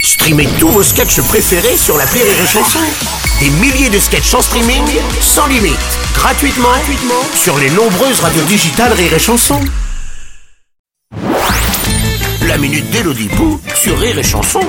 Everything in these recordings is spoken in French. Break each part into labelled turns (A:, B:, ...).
A: Streamez tous vos sketchs préférés sur la Rire et Chanson. Des milliers de sketchs en streaming, sans limite, gratuitement, gratuitement sur les nombreuses radios digitales Rire et Chanson. La minute d'Elodie sur Rire et Chanson.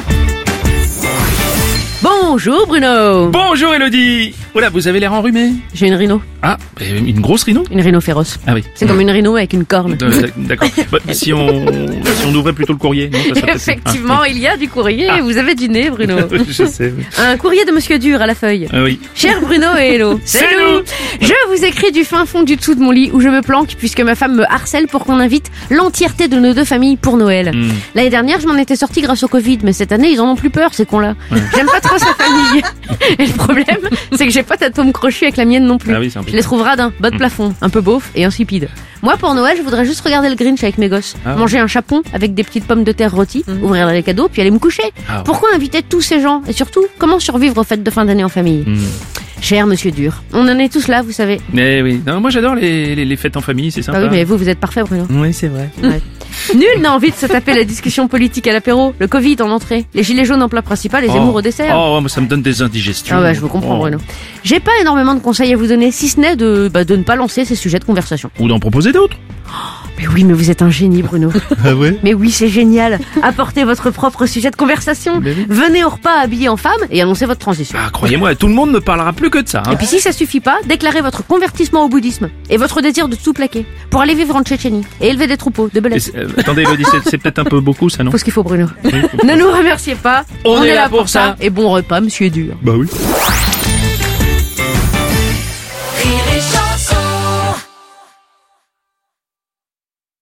B: Bonjour Bruno
C: Bonjour Elodie Voilà, vous avez l'air enrhumé
B: J'ai une rhino,
C: Ah, euh, une grosse rhino
B: une rhino féroce.
C: Ah oui.
B: C'est comme une rhino avec une corne.
C: De- d'ac- D'accord. Bah, si, on, si on ouvrait plutôt le courrier, non ça serait peut-être-
B: Effectivement, il y a du courrier, vous avez du nez Bruno.
C: Ah. Je sais. oui.
B: Un courrier de Monsieur Dur à la feuille.
C: Ah oui.
B: Cher Bruno et Hello,
C: C'est nous.
B: Je vous écris du fin fond du dessous de mon lit où je me planque puisque ma femme me harcèle pour qu'on invite l'entièreté de nos deux familles pour Noël.
C: Hmm.
B: L'année dernière, je m'en étais sortie grâce au Covid, mais cette année, ils en ont plus peur, ces cons-là. J'aime pas trop sa famille. Et le problème, c'est que j'ai pas d'atome crochu avec la mienne non plus.
C: Ah oui, c'est un peu- Mm.
B: je les trouve radins, bas de plafond, un peu beauf et insipide. Moi, pour Noël, je voudrais juste regarder le Grinch avec mes gosses,
C: Ah ouais.
B: manger un chapon avec des petites pommes de terre rôties, ouvrir les cadeaux, puis aller me coucher.
C: Ah ouais.
B: Pourquoi inviter tous ces gens Et surtout, comment survivre aux fêtes de fin d'année en famille
C: Hmm.
B: Cher monsieur Dur, on en est tous là, vous savez.
C: Mais oui. Non, moi j'adore les, les, les fêtes en famille, c'est
B: Ah
C: sympa.
B: oui, mais vous, vous êtes parfait, Bruno.
C: Oui, c'est vrai.
B: Nul n'a envie de se taper la discussion politique à l'apéro, le Covid en entrée, les gilets jaunes en plat principal, les
C: Oh.
B: émours au dessert.
C: Oh, moi ça me donne des indigestions.
B: Ah ouais, je vous comprends,
C: Oh.
B: Bruno. J'ai pas énormément de conseils à vous donner, si ce n'est de, bah, de ne pas lancer ces sujets de conversation.
C: Ou d'en proposer d'autres.
B: Mais oui, mais vous êtes un génie, Bruno.
C: Ah ouais
B: mais oui, c'est génial. Apportez votre propre sujet de conversation.
C: Mais oui.
B: Venez au repas habillé en femme et annoncez votre transition.
C: Ah, croyez-moi, tout le monde ne parlera plus que de ça. hein.
B: Et puis si ça suffit pas, déclarez votre convertissement au bouddhisme et votre désir de tout plaquer pour aller vivre en Tchétchénie et élever des troupeaux de
C: Et
B: belettes.
C: c'est- euh, attendez, Elodie, c'est, c'est peut-être un peu beaucoup ça, non
B: Faut ce qu'il faut, Bruno. ne nous remerciez pas.
C: On est là pour ça.
B: Et bon repas, monsieur Dur.
C: Bah oui.